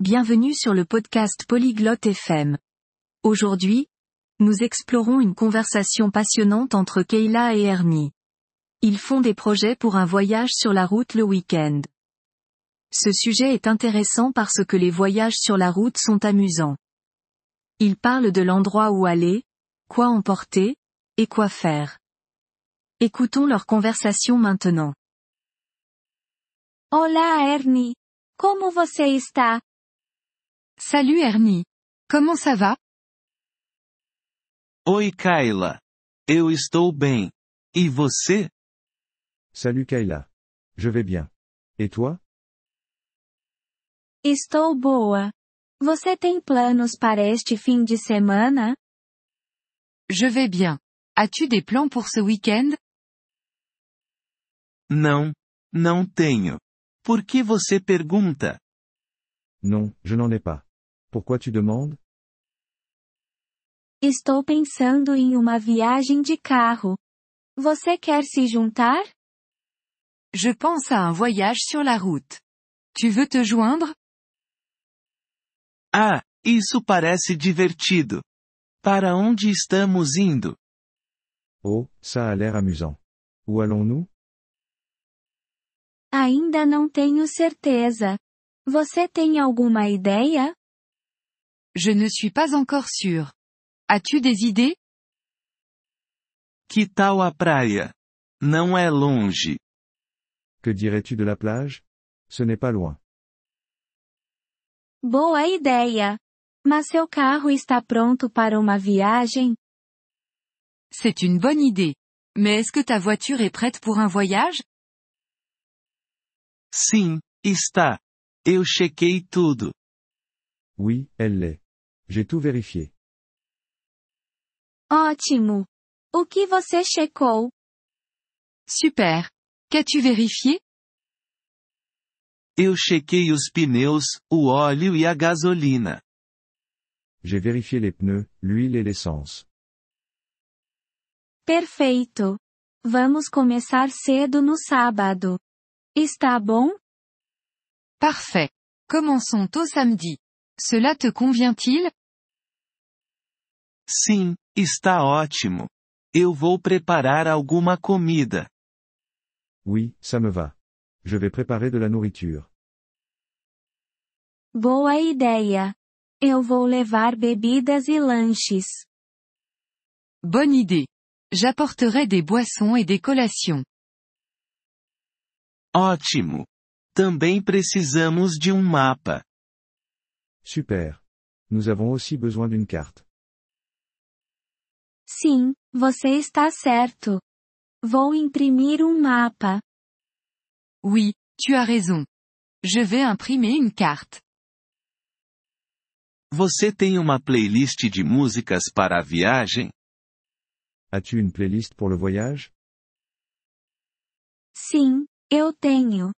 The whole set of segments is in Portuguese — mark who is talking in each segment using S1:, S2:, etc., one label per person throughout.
S1: Bienvenue sur le podcast Polyglotte FM. Aujourd'hui, nous explorons une conversation passionnante entre Kayla et Ernie. Ils font des projets pour un voyage sur la route le week-end. Ce sujet est intéressant parce que les voyages sur la route sont amusants. Ils parlent de l'endroit où aller, quoi emporter, et quoi faire. Écoutons leur conversation maintenant.
S2: Olá, Ernie. Como você está?
S1: Salut Ernie. Comment ça va
S3: Oi, Kayla. Eu estou bem. E você?
S4: Salut Kayla. Je vais bien. Et toi
S2: Estou boa. Você tem planos para este fim de semana?
S5: Je vais bien. As-tu des plans pour ce week-end
S3: Não, não tenho. Por que você pergunta?
S4: Non, je n'en ai pas. Pourquoi tu demandes
S2: Estou pensando em uma viagem de carro. Você quer se juntar?
S5: Je pense à un voyage sur la route. Tu veux te joindre
S3: Ah, isso parece divertido. Para onde estamos indo?
S4: Oh, ça a l'air amusant. Où allons-nous
S2: Ainda não tenho certeza. Você tem alguma ideia?
S5: Je ne suis pas encore sûr. As-tu des idées
S3: Que tal a praia? Não é longe.
S4: Que dirais-tu de la plage Ce n'est pas loin.
S2: Boa ideia. Mas seu carro está pronto para uma viagem?
S5: C'est une bonne idée. Mais est-ce que ta voiture est prête pour un voyage
S3: Sim, está. Eu chequei tudo.
S4: Oui, elle l'est. J'ai tout vérifié.
S2: Ótimo. O que você checou?
S5: Super. Qu'as-tu vérifié
S3: Eu chequei os pneus, o óleo e a gasolina.
S4: J'ai vérifié les pneus, l'huile et l'essence.
S2: Perfeito. Vamos começar cedo no sábado. Está bom?
S5: Parfait. Commençons tôt samedi. Cela te convient-il
S3: Sim, está ótimo. Eu vou preparar alguma comida.
S4: Oui, ça me va. Je vais préparer de la nourriture.
S2: Boa ideia. Eu vou levar bebidas e lanches.
S5: Bonne idée. J'apporterai des boissons et des collations.
S3: Ótimo. Também precisamos de um mapa.
S4: Super. Nous avons aussi besoin d'une carte.
S2: Sim, você está certo. Vou imprimir um mapa.
S5: Oui, tu as raison. Je vais imprimer une carte.
S3: Você tem uma playlist de músicas para a viagem?
S4: As-tu une playlist pour le voyage
S2: Sim, eu tenho.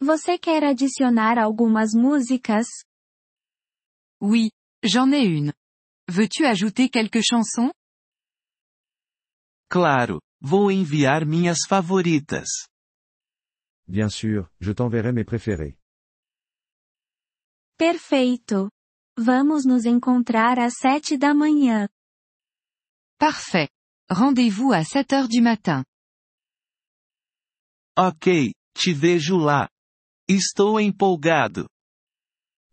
S2: Você quer adicionar algumas músicas?
S5: Oui, j'en ai une. Veux-tu ajouter quelques chansons
S3: Claro, vou enviar minhas favoritas.
S4: Bien sûr, je t'enverrai mes préférés.
S2: Perfeito. Vamos nos encontrar às sete da manhã.
S5: Parfait. Rendez-vous à 7 heures du matin.
S3: Ok, te vejo lá. Estou empolgado.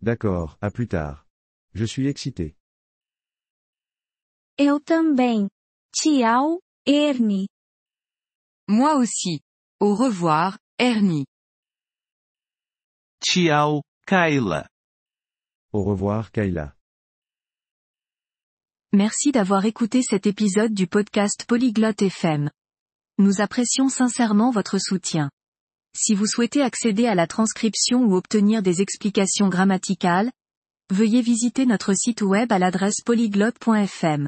S4: D'accord, à plus tard. Je suis excité.
S2: Eu também. Tchau, Ernie.
S5: Moi aussi. Au revoir, Ernie.
S3: Tchau, Kayla.
S4: Au revoir, Kayla.
S1: Merci d'avoir écouté cet épisode du podcast Polyglotte FM. Nous apprécions sincèrement votre soutien. Si vous souhaitez accéder à la transcription ou obtenir des explications grammaticales, veuillez visiter notre site web à l'adresse polyglotte.fm.